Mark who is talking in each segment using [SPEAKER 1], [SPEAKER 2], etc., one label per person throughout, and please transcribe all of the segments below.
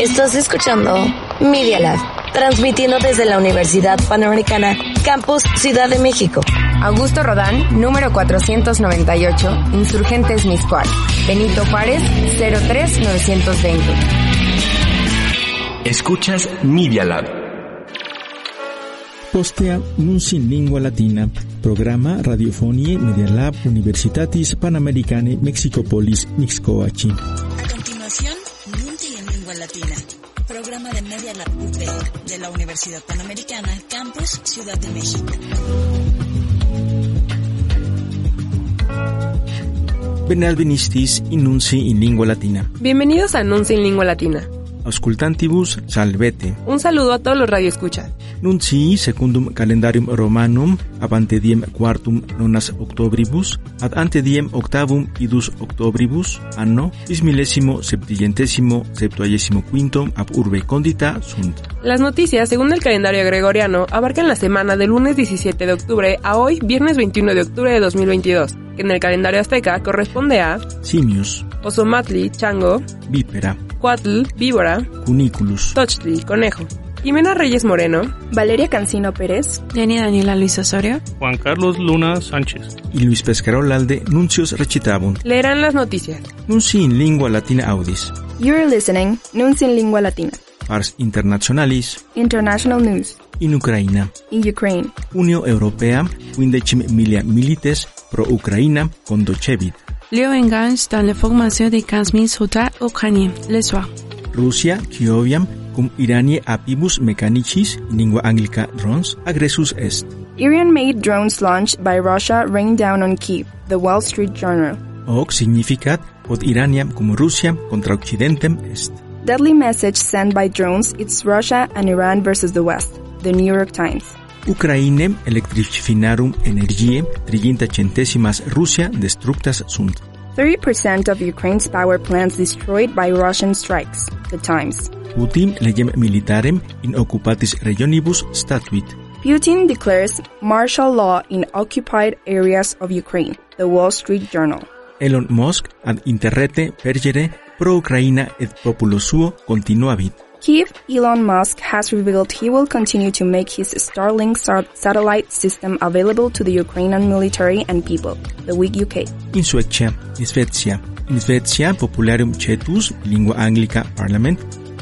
[SPEAKER 1] Estás escuchando Media Lab, transmitiendo desde la Universidad Panamericana, Campus Ciudad de México.
[SPEAKER 2] Augusto Rodán, número 498, Insurgentes Miscual. Benito Juárez, 03920.
[SPEAKER 3] Escuchas Media Lab.
[SPEAKER 4] Postea Nuncin Lingua Latina, programa Radiofonie Media Lab Universitatis Panamericane Mexicopolis Mixcoachi.
[SPEAKER 5] A continuación, Nunti en Lingua Latina, programa de Media Lab UP E, de la Universidad Panamericana, Campus Ciudad de México.
[SPEAKER 4] Benalvenistis in Nunci in Lingua Latina.
[SPEAKER 6] Bienvenidos a Nunci en Lingua Latina.
[SPEAKER 4] Auscultantibus salvete.
[SPEAKER 6] Un saludo a todos los radioescuchas.
[SPEAKER 4] Nuncii secundum calendarium romanum ab ante diem quartum nonas octobribus ad ante diem octavum idus octobribus anno bis millesimo septillentesimo septuagésimo quintum ab urbe condita sunt.
[SPEAKER 6] Las noticias, según el calendario gregoriano, abarcan la semana del lunes 17 de octubre a hoy, viernes 21 de octubre de 2022, que en el calendario azteca corresponde a
[SPEAKER 4] Simius,
[SPEAKER 6] Osomatli, chango,
[SPEAKER 4] vípera,
[SPEAKER 6] Cuatl, víbora,
[SPEAKER 4] cuniculus,
[SPEAKER 6] Tochtli, conejo. Jimena Reyes Moreno,
[SPEAKER 7] Valeria Cancino Pérez,
[SPEAKER 8] Jenny Daniela Luis Osorio,
[SPEAKER 9] Juan Carlos Luna Sánchez
[SPEAKER 4] y Luis Pescarolalde nuncios recitabunt.
[SPEAKER 6] leerán las noticias.
[SPEAKER 4] Nunci in lingua latina audis,
[SPEAKER 7] you're listening News in Lingua Latina,
[SPEAKER 4] pars internationalis,
[SPEAKER 7] International News,
[SPEAKER 4] in Ucraina,
[SPEAKER 7] in Ukraine,
[SPEAKER 4] Unio Europea, quindecim milia milites pro Ucraina condocebit,
[SPEAKER 8] Leo engage dans la formation des 15 000 soldats ukrainiens le soir.
[SPEAKER 4] Rusia, Kioviam, cum Iranie apibus mechanicis in lingua anglica drons agressus est.
[SPEAKER 7] Iran-made drones launched by Russia rain down on Kiev, The Wall Street Journal.
[SPEAKER 4] Hoc significat quod Iraniam cum Rusiam contra Occidentem est.
[SPEAKER 7] Deadly message sent by drones, it's Russia and Iran versus the West, The New York Times.
[SPEAKER 4] Ucrainem electrifinarum energiae triginta centesimas Rusia destructas sunt.
[SPEAKER 7] 30% of Ukraine's power plants destroyed by Russian strikes, The Times.
[SPEAKER 4] Utim legem militarem in occupatis regionibus statuit.
[SPEAKER 7] Putin declares martial law in occupied areas of Ukraine, The Wall Street Journal.
[SPEAKER 4] Elon Musk ad interrete pergere pro Ucraina et populo suo continuavit.
[SPEAKER 7] Kiev, Elon Musk has revealed he will continue to make his Starlink sat- satellite system available to the Ukrainian military and people. The Week UK.
[SPEAKER 4] in Suecia, Svezia. In Svezia popularium cetus, lingua anglica parlament,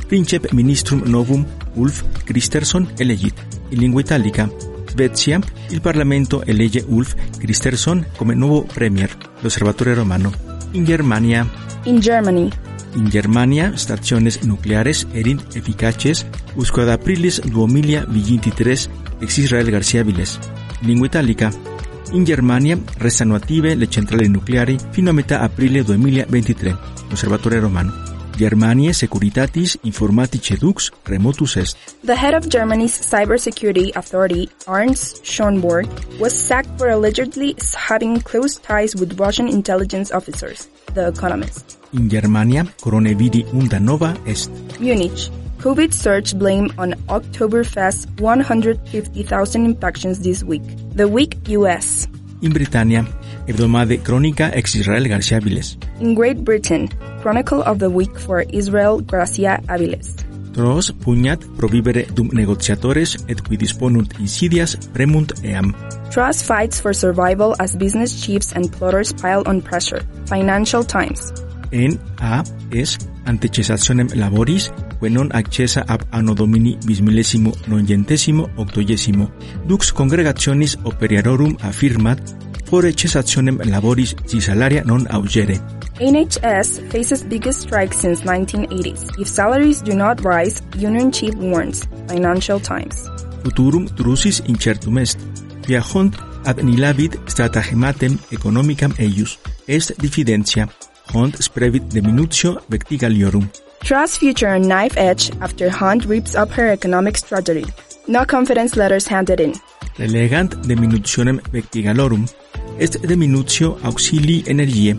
[SPEAKER 4] princip ministrum novum Ulf Kristersson elegit. In lingua italica, Svezia, il Parlamento elegge Ulf Kristersson come nuovo premier, l'osservatore romano. In Germania,
[SPEAKER 7] In Germany,
[SPEAKER 4] in Germania, staciones nucleares erint efficaces usquad aprilis duomilia vigintitres ex Israel García Viles. Lingua italica. In Germania restano attive le centrali nucleari fino a metà aprile 2023. Osservatore romano. Germania Securitatis Informatice Dux Remotus Est.
[SPEAKER 7] the head of Germany's cybersecurity authority, Ernst Schoenborg, was sacked for allegedly having close ties with Russian intelligence officers. The Economist.
[SPEAKER 4] In Germania Coronaviri Unda Nova Est.
[SPEAKER 7] Munich. COVID surge blame on Oktoberfest 150,000 infections this week. The Week US.
[SPEAKER 4] In Britannia Hebdomade Crónica ex Israel García Viles.
[SPEAKER 7] In Great Britain, Chronicle of the Week for Israel Gracia Aviles.
[SPEAKER 4] Tros pugnat provivere dum negotiatores et qui disponunt insidias premunt eam.
[SPEAKER 7] Truss fights for survival as business chiefs and plotters pile on pressure. Financial Times.
[SPEAKER 4] En a es ante cesationem laboris que non accesa ab anno domini bis millesimo nongentesimo octogesimo. Dux congregationis operiarorum affirmat fore cesationem laboris si salaria non augere.
[SPEAKER 7] NHS faces biggest strike since 1980s. If salaries do not rise, union chief warns. Financial Times.
[SPEAKER 4] Futurum trusis incertum est. Viajunt ad nilabit stratagematem economicam eius. Est diffidentia. Hont sprevit deminutio vectigaliorum.
[SPEAKER 7] Truss future on knife edge after Hunt reaps up her economic strategy. No confidence letters handed in.
[SPEAKER 4] relegant diminutionem vectigalorum, est diminutio auxilii energiae,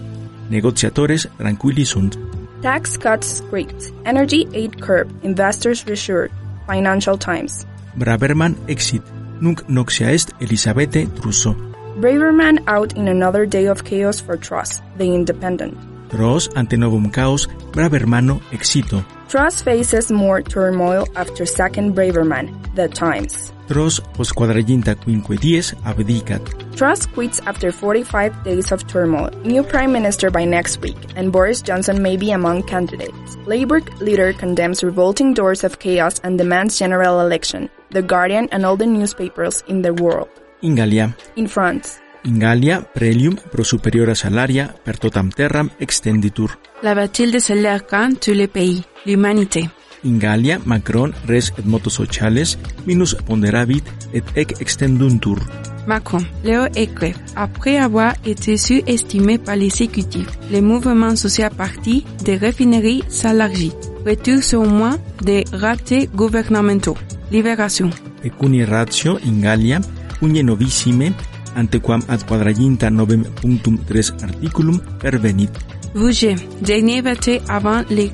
[SPEAKER 4] negotiatores tranquilli sunt.
[SPEAKER 7] Tax cuts scraped. Energy aid curb. Investors reassured. Financial Times.
[SPEAKER 4] Braverman exit, nunc noxia est Elisabete Trusso.
[SPEAKER 7] Braverman out in another day of chaos for Truss, The Independent.
[SPEAKER 4] Tros ante novum caos, brave hermano, éxito.
[SPEAKER 7] Truss faces more turmoil after sacking Braverman, The Times.
[SPEAKER 4] Tros pos quadraginta quinque dies abdicat.
[SPEAKER 7] Truss quits after 45 days of turmoil, new prime minister by next week, and Boris Johnson may be among candidates. Labour leader condemns revolting doors of chaos and demands general election. The Guardian and all the newspapers in the world.
[SPEAKER 4] Ingalia.
[SPEAKER 7] In France,
[SPEAKER 4] Ingalia prelium pro superiora salaria per totam terram extenditur.
[SPEAKER 8] La bataille de Seleucan tue le pays, l'humanité.
[SPEAKER 4] Ingalia Macron res et motos sociales minus ponderavit et ec extenduntur.
[SPEAKER 8] Macron, Léo Ecle, après avoir été surestimé par l'exécutif, le mouvement social parti des raffineries s'élargit. Retour sur moins des ratés gouvernementaux. Libération.
[SPEAKER 4] Pecuni ratio Ingalia unie novissime ante quam ad quadraginta novem punctum tres articulum pervenit.
[SPEAKER 8] Rouget, dernier voté avant les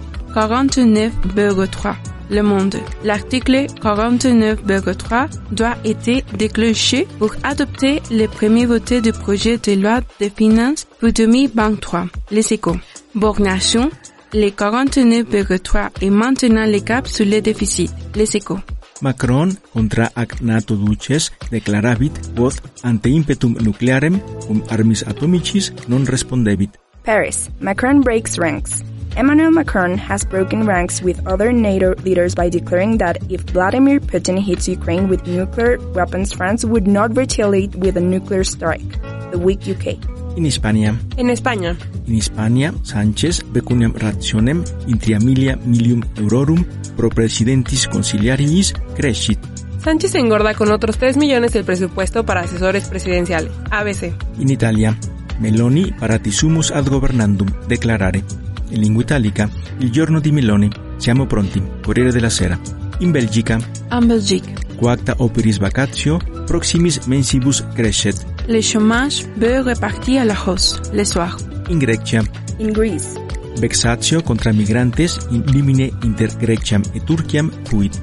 [SPEAKER 8] 49,3. Le Monde. L'article 49,3 doit être déclenché pour adopter les premiers votés du projet de loi de finances pour 2023. Les échos. Bornation. Les 49,3 et maintenant les cap sur les déficits. Les échos.
[SPEAKER 4] Macron contra ac nato duces declaravit quod ante impetum nuclearem cum armis atomicis non respondebit.
[SPEAKER 7] Paris, Macron breaks ranks. Emmanuel Macron has broken ranks with other NATO leaders by declaring that if Vladimir Putin hits Ukraine with nuclear weapons, France would not retaliate with a nuclear strike. The weak UK.
[SPEAKER 4] In Hispania,
[SPEAKER 6] En España,
[SPEAKER 4] in Hispania, Sánchez pecuniam rationem intriamilia milium eurorum pro presidentis conciliariis crescit.
[SPEAKER 6] Sánchez engorda con otros 3 millones el presupuesto para asesores presidenciales. ABC.
[SPEAKER 4] In Italia, Meloni paratizumus ad governandum declarare. In lingua italica, il giorno di Meloni, siamo pronti, Corriere della Sera. In Belgica,
[SPEAKER 8] En Belgique,
[SPEAKER 4] quacta operis vacatio, proximis mensibus crescet.
[SPEAKER 8] le chômage veut repartir à la hausse. Le soir.
[SPEAKER 4] In Grecia,
[SPEAKER 7] In Greece,
[SPEAKER 4] vexatio contra migrantes in limine inter e Greciam et Turciam fuit.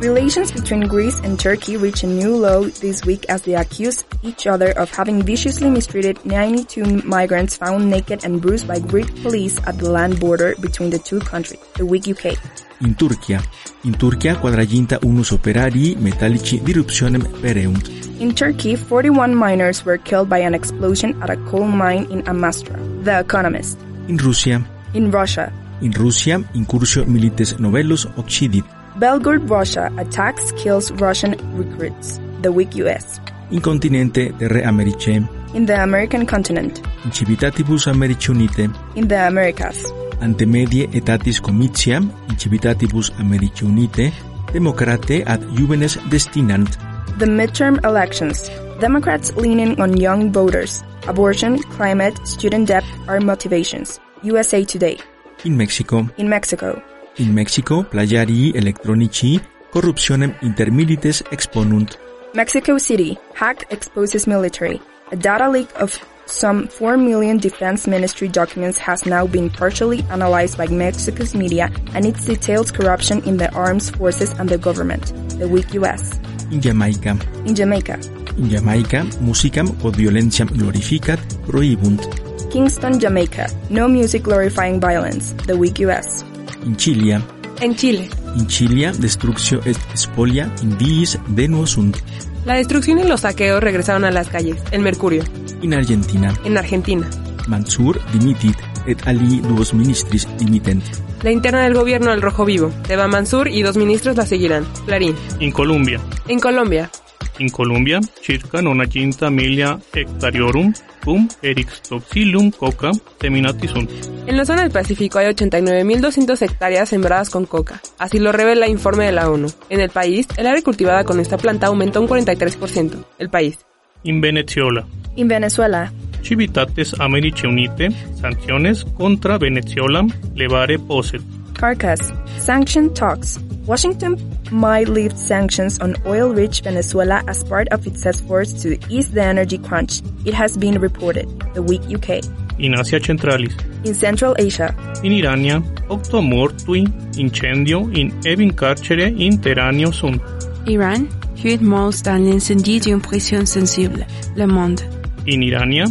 [SPEAKER 7] relations between Greece and Turkey reach a new low this week as they accuse each other of having viciously mistreated 92 migrants found naked and bruised by Greek police at the land border between the two countries. The weak UK.
[SPEAKER 4] In Turquia, in Turquia quadraginta unus operarii metallici diruptionem pereunt.
[SPEAKER 7] In Turkey, 41 miners were killed by an explosion at a coal mine in Amastra. The Economist.
[SPEAKER 4] In Russia,
[SPEAKER 7] In Russia,
[SPEAKER 4] in Russia incursio milites novellus occidit.
[SPEAKER 7] Belgorod, Russia attacks kills Russian recruits. The weak US.
[SPEAKER 4] In continente terre Americae,
[SPEAKER 7] In the American continent.
[SPEAKER 4] in civitatibus Americiunite,
[SPEAKER 7] In the Americas.
[SPEAKER 4] ante medie etatis comitiam, in civitatibus Americiunite, democrate ad juvenes destinant.
[SPEAKER 7] The midterm elections. Democrats leaning on young voters. Abortion, climate, student debt are motivations. USA Today.
[SPEAKER 4] In Mexico,
[SPEAKER 7] In Mexico.
[SPEAKER 4] in Mexico plagiarii electronici corruptionem inter milites exponunt.
[SPEAKER 7] Mexico City. Hack exposes military. A data leak of some 4 million defense ministry documents has now been partially analyzed by Mexico's media and it details corruption in the armed forces and the government. The weak US.
[SPEAKER 4] In Jamaica,
[SPEAKER 7] In Jamaica.
[SPEAKER 4] in Jamaica musicam quod violentiam glorificat prohibunt.
[SPEAKER 7] Kingston, Jamaica. No music glorifying violence. The weak US.
[SPEAKER 4] In Chilia,
[SPEAKER 6] En Chile,
[SPEAKER 4] in Chilia destructio et spolia in viis denuo sunt.
[SPEAKER 6] la destrucción y los saqueos regresaron a las calles. El Mercurio.
[SPEAKER 4] In Argentina,
[SPEAKER 6] En Argentina,
[SPEAKER 4] Mansur dimitit et alii duos ministris dimitent.
[SPEAKER 6] la interna del gobierno al rojo vivo. Deva Mansur y dos ministros la seguirán. Clarín.
[SPEAKER 9] In Colombia.
[SPEAKER 6] En Colombia,
[SPEAKER 9] In Colombia, circa nonaginta milia hectariorum cum erixtoxilum coca seminati sunt.
[SPEAKER 6] en la zona del Pacífico hay 89.200 hectáreas sembradas con coca. Así lo revela el informe de la ONU. En el país, el área cultivada con esta planta aumentó un 43%. El país.
[SPEAKER 9] In Venezuela,
[SPEAKER 7] In Venezuela.
[SPEAKER 9] civitates Americi unite sanciones contra Venezuelam levare poset.
[SPEAKER 7] Caracas. Sanction talks. Washington might lift sanctions on oil-rich Venezuela as part of its efforts to ease the energy crunch. It has been reported. The weak UK.
[SPEAKER 9] In Asia Centralis,
[SPEAKER 7] In Central Asia.
[SPEAKER 9] in Irania, octo mortui incendio in evin carcere interaneo sunt.
[SPEAKER 8] Iran, huit morts dans l'incendie d'une prison sensible. Le Monde.
[SPEAKER 9] In Irania,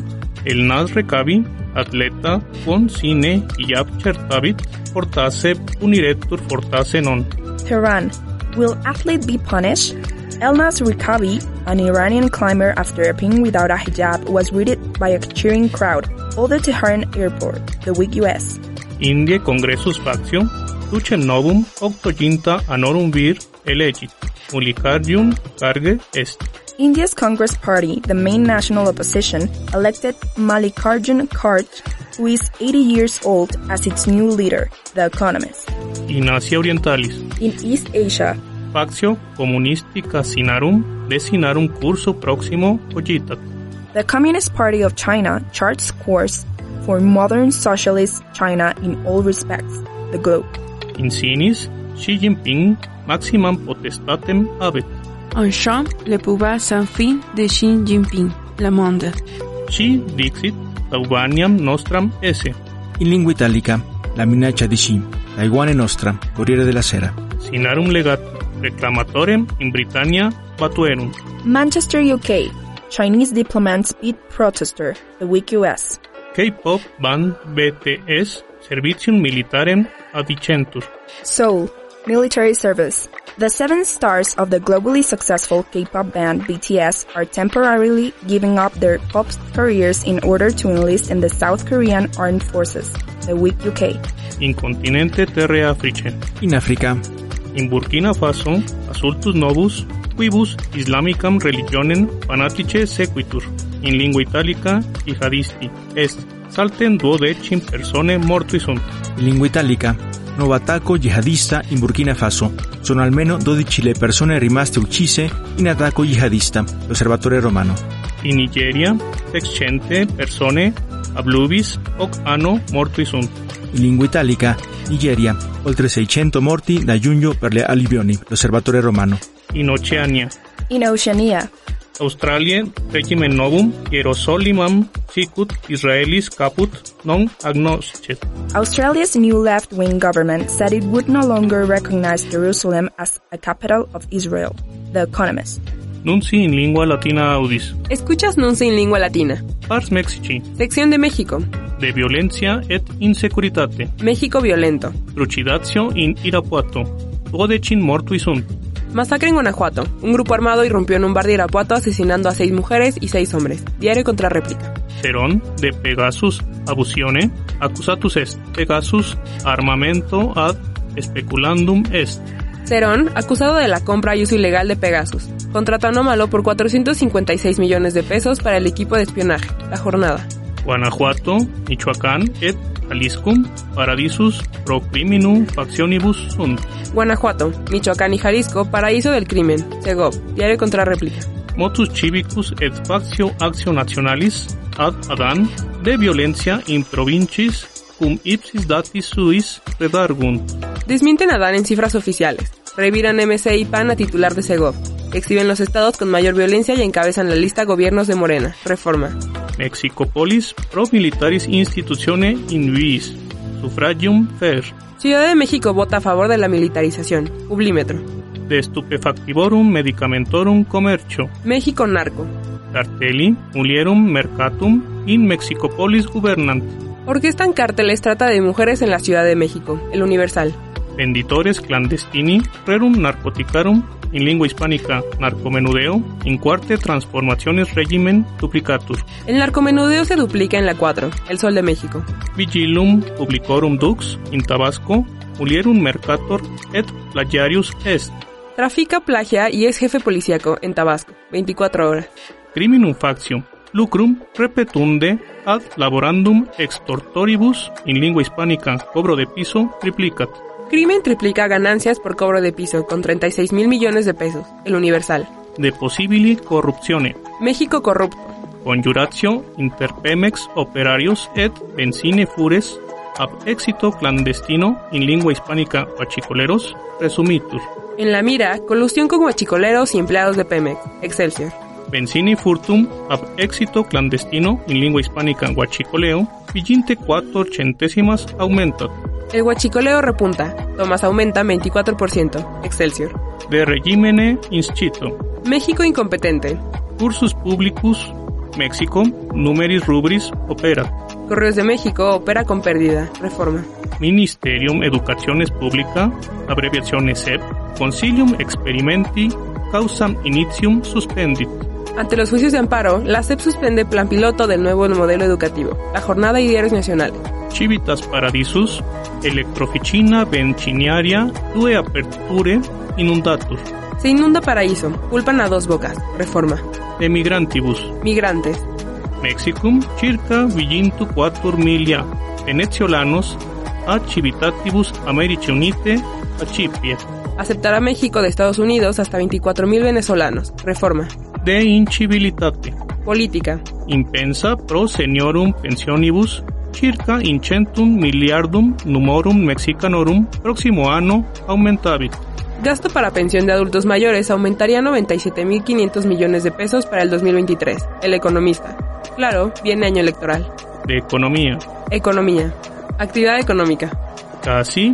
[SPEAKER 9] el Nas Rekabi atleta con sine iab certabit fortasse puniretur fortasse non.
[SPEAKER 7] Tehran. Will athlete be punished? Elnaz Rikavi, an Iranian climber after appearing without a hijab, was greeted by a cheering crowd all the Tehran airport, the week US.
[SPEAKER 9] Indie congressus factio, ducem novum octoginta anorum vir elegit, mullicarium carge est.
[SPEAKER 7] India's Congress Party, the main national opposition, elected Malikarjun Kharge, who is 80 years old, as its new leader, The Economist.
[SPEAKER 9] In Asia Orientalis,
[SPEAKER 7] In East Asia,
[SPEAKER 9] factio communistica sinarum desinarum curso proximo cogitat.
[SPEAKER 7] the Communist Party of China charts course for modern socialist China in all respects, the globe.
[SPEAKER 9] In sinis, Xi Jinping maximam potestatem habet.
[SPEAKER 8] En chant le pouvoir sans fin de Xi Jinping, le monde.
[SPEAKER 9] Xi dixit Taubaniam nostram esse.
[SPEAKER 4] In lingua italica, la minaccia di Xi, Taiwan è nostra, Corriere della Sera.
[SPEAKER 9] Sinarum legat reclamatorem in Britannia batuerum.
[SPEAKER 7] Manchester, UK. Chinese diplomats beat protester, the week US.
[SPEAKER 9] K-pop band BTS servitium militarem adicentur.
[SPEAKER 7] Seoul. Military service. The seven stars of the globally successful K-pop band BTS are temporarily giving up their pop careers in order to enlist in the South Korean Armed Forces, the week UK.
[SPEAKER 9] In continente terre Africae.
[SPEAKER 4] In Africa,
[SPEAKER 9] In Burkina Faso asultus novus quibus islamicam religionem fanatice sequitur. In lingua italica jihadisti est saltem duodecim persone mortui sunt.
[SPEAKER 4] in lingua italica, nuovo attacco jihadista in Burkina Faso. Sono almeno 12 le persone rimaste uccise in attacco jihadista, l'osservatore romano.
[SPEAKER 9] In Nigeria sexcente persone ablubis hoc anno mortui sunt.
[SPEAKER 4] In lingua italica, Nigeria, oltre 600 morti da giugno per le alluvioni, l'osservatore romano.
[SPEAKER 9] In Oceania
[SPEAKER 7] In Oceania,
[SPEAKER 9] Australia regimen novum Hierosolimam sicut Israelis caput non agnoscet.
[SPEAKER 7] Australia's new left-wing government said it would no longer recognize Jerusalem as a capital of Israel, The Economist.
[SPEAKER 9] Nunci in lingua latina audis.
[SPEAKER 6] Escuchas Nunce en Lengua Latina.
[SPEAKER 9] Pars Mexici
[SPEAKER 6] Sección de México.
[SPEAKER 9] de violencia et insecuritate.
[SPEAKER 6] México violento.
[SPEAKER 9] Trucidatio in Irapuato. Duodecim mortui sunt.
[SPEAKER 6] Masacre en Guanajuato. Un grupo armado irrumpió en un bar de Irapuato asesinando a seis mujeres y seis hombres. Diario contra réplica.
[SPEAKER 9] Cerón de Pegasus abusione accusatus est. Pegasus armamento ad speculandum est.
[SPEAKER 6] Cerón, acusado de la compra y uso ilegal de Pegasus, contrató anómalo por 456 millones de pesos para el equipo de espionaje, La Jornada.
[SPEAKER 9] Guanajuato, Michoacán et Jaliscum paradisus pro criminum factionibus sunt.
[SPEAKER 6] Guanajuato, Michoacán y Jalisco, paraíso del crimen. Segov, diario contra réplica.
[SPEAKER 9] Motus civicus et factio actio nationalis ad Adan de violencia in provincis cum ipsis datis suis redargunt.
[SPEAKER 6] Desmienten a Dan en cifras oficiales. Reviran MC y PAN a titular de Segov. Exhiben los estados con mayor violencia y encabezan la lista gobiernos de Morena. Reforma.
[SPEAKER 9] Mexicopolis pro militaris institutione in viis. Suffragium fer.
[SPEAKER 6] Ciudad de México vota a favor de la militarización. Publímetro.
[SPEAKER 9] De stupefactivorum medicamentorum commercio.
[SPEAKER 6] México narco.
[SPEAKER 9] Carteli mulierum mercatum in Mexicopolis gubernant.
[SPEAKER 6] Orquestan cárteles trata de mujeres en la Ciudad de México. El Universal.
[SPEAKER 9] Venditores clandestini rerum narcoticarum in lingua hispánica narcomenudeo in quarte transformaciones regimen duplicatur.
[SPEAKER 6] El narcomenudeo se duplica en la 4. El Sol de México.
[SPEAKER 9] Vigilum publicorum dux in Tabasco mulierum mercator et plagiarius est.
[SPEAKER 6] Trafica, plagia y es jefe policíaco en Tabasco. 24 horas.
[SPEAKER 9] criminum factium lucrum repetunde ad laborandum extortoribus in lingua hispánica cobro de piso triplicat
[SPEAKER 6] Crimen triplica ganancias por cobro de piso con 36 mil millones de pesos. El Universal.
[SPEAKER 9] de possibili corruptione
[SPEAKER 6] México corrupto.
[SPEAKER 9] conjuratio inter pemex operarios et bensine fures ab éxito clandestino in lingua hispánica pachicoleros presumitur
[SPEAKER 6] En la mira, colusión con guachicoleros y empleados de Pemex. Excelsior.
[SPEAKER 9] Bensini furtum ab éxito clandestino in lingua hispánica guachicoleo viginte quator centésimas aumentat
[SPEAKER 6] El guachicoleo repunta. Tomás aumenta 24%. Excelsior.
[SPEAKER 9] de regimene inscito
[SPEAKER 6] México incompetente.
[SPEAKER 9] Cursus Publicus, México, Numeris Rubris, Opera.
[SPEAKER 6] Correos de México opera con pérdida. Reforma.
[SPEAKER 9] Ministerium Educaciones Pública, abreviación SEP, E, Concilium Experimenti, Causam Initium Suspendit.
[SPEAKER 6] Ante los juicios de amparo, la SEP suspende plan piloto del nuevo modelo educativo, la jornada y diarios nacionales.
[SPEAKER 9] Civitas Paradisus, Electroficina Venciniaria, Due Aperture, Inundatur,
[SPEAKER 6] Se inunda paraíso, culpan a dos bocas. Reforma.
[SPEAKER 9] Emigrantibus,
[SPEAKER 6] Migrantes.
[SPEAKER 9] Mexicum, circa villintu quatur milia, veneziolanos, a civitatibus Americi unite, accipie,
[SPEAKER 6] Aceptará México de Estados Unidos hasta 24.000 venezolanos. Reforma.
[SPEAKER 9] de incibilitate,
[SPEAKER 6] Política.
[SPEAKER 9] impensa pro seniorum pensionibus, circa incentum miliardum numorum mexicanorum proximo anno aumentabit,
[SPEAKER 6] Gasto para pensión de adultos mayores aumentaría a 97.500 millones de pesos para el 2023. El economista. Claro, viene año electoral.
[SPEAKER 9] de economía,
[SPEAKER 6] Economía. Actividad económica.
[SPEAKER 9] casi,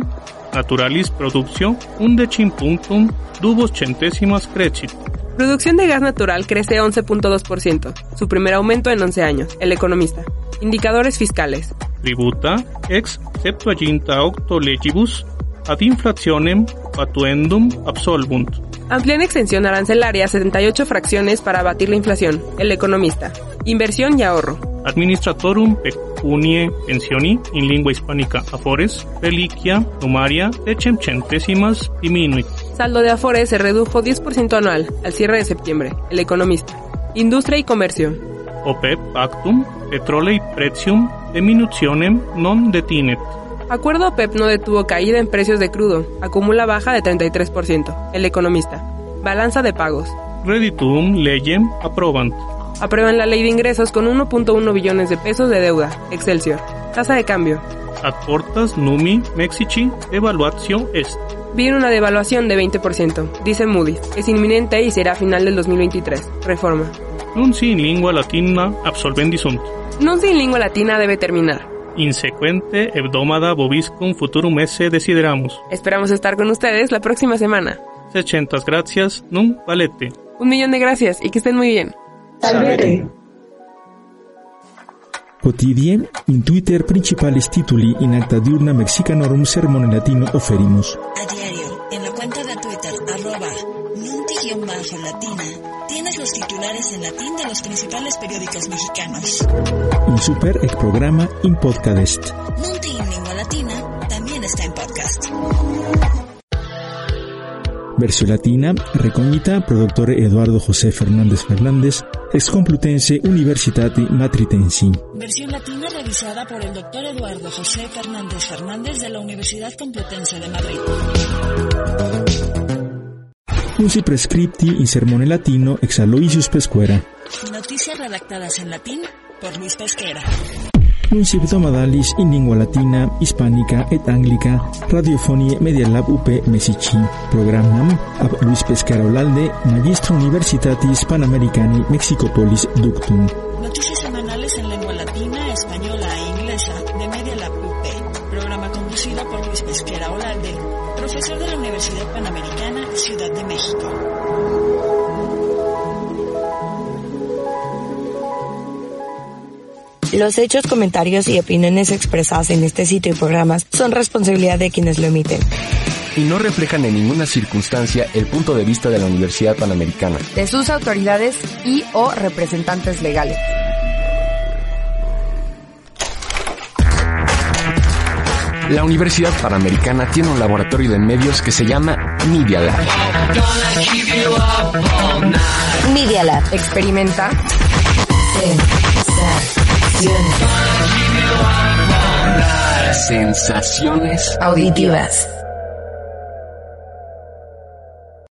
[SPEAKER 9] naturalis productio undecimpunctum dubos centésimas crecit,
[SPEAKER 6] Producción de gas natural crece 11.2%, su primer aumento en 11 años. El economista. Indicadores fiscales.
[SPEAKER 9] tributa ex septuaginta octo legibus ad inflationem patuendum absolvunt.
[SPEAKER 6] Amplían extensión arancelaria a 78 fracciones para abatir la inflación. El economista. Inversión y ahorro.
[SPEAKER 9] Administratorum pecunie pensioni in lingua hispanica afores reliquia numaria decem centesimas diminuit.
[SPEAKER 6] Saldo de Afores se redujo 10% anual al cierre de septiembre. El economista. Industria y comercio.
[SPEAKER 9] OPEP pactum petrolei pretium diminutionem non detinet.
[SPEAKER 6] Acuerdo OPEP no detuvo caída en precios de crudo. Acumula baja de 33%. El economista. Balanza de pagos.
[SPEAKER 9] Reditum legem aprobant.
[SPEAKER 6] Aprueban la ley de ingresos con 1.1 billones de pesos de deuda. Excelsior. Tasa de cambio.
[SPEAKER 9] Ad portas numi mexici evaluatio est.
[SPEAKER 6] Viene una devaluación de 20%, dice Moody's. Es inminente y será a final del 2023. Reforma.
[SPEAKER 9] Nunci in lingua latina absolvendi sunt.
[SPEAKER 6] No sin lengua latina debe terminar.
[SPEAKER 9] Insecuente hebdomada bobiscum futurum esse desideramus.
[SPEAKER 6] Esperamos estar con ustedes la próxima semana.
[SPEAKER 9] Secentas gracias, nun valete.
[SPEAKER 6] Un millón de gracias y que estén muy bien.
[SPEAKER 4] Quotidie in Twitter principales tituli in acta diurna mexicanorum sermone latino offerimus.
[SPEAKER 5] A diario, en la cuenta de Twitter, arroba nunti-latina, tienes los titulares en latín de los principales periódicos mexicanos.
[SPEAKER 4] In super ec programa in podcast.
[SPEAKER 5] Nunti en lengua latina también está en podcast.
[SPEAKER 4] Versio latina, recognita productore Eduardo José Fernández Fernández, ex Complutense Universitati Matritensi.
[SPEAKER 5] Versión latina revisada por el doctor Eduardo José Fernández Fernández de la Universidad Complutense de Madrid.
[SPEAKER 4] Usi prescripti in sermone latino ex Aloysius Pescuera.
[SPEAKER 5] Noticias redactadas en latín por Luis Pesquera.
[SPEAKER 4] Nunci hebdomadalis in lingua latina, hispánica et anglica, radiofonie Media Lab UP Mesici. Programam ab Luis Pescara Olalde, Magistro Universitatis Panamericani Mexicopolis Ductum.
[SPEAKER 5] Noticias semanales en lengua latina, española e inglesa de Media Lab UP. Programa conducido por Luis Pesquera Olalde, profesor de la Universidad Panamericana, Ciudad de México.
[SPEAKER 1] Los hechos, comentarios y opiniones expresadas en este sitio y programas son responsabilidad de quienes lo emiten.
[SPEAKER 3] y no reflejan en ninguna circunstancia el punto de vista de la Universidad Panamericana.
[SPEAKER 2] de sus autoridades y o representantes legales.
[SPEAKER 3] La Universidad Panamericana tiene un laboratorio de medios que se llama Media Lab.
[SPEAKER 1] Media Lab.
[SPEAKER 2] Experimenta
[SPEAKER 3] Sensaciones
[SPEAKER 2] auditivas.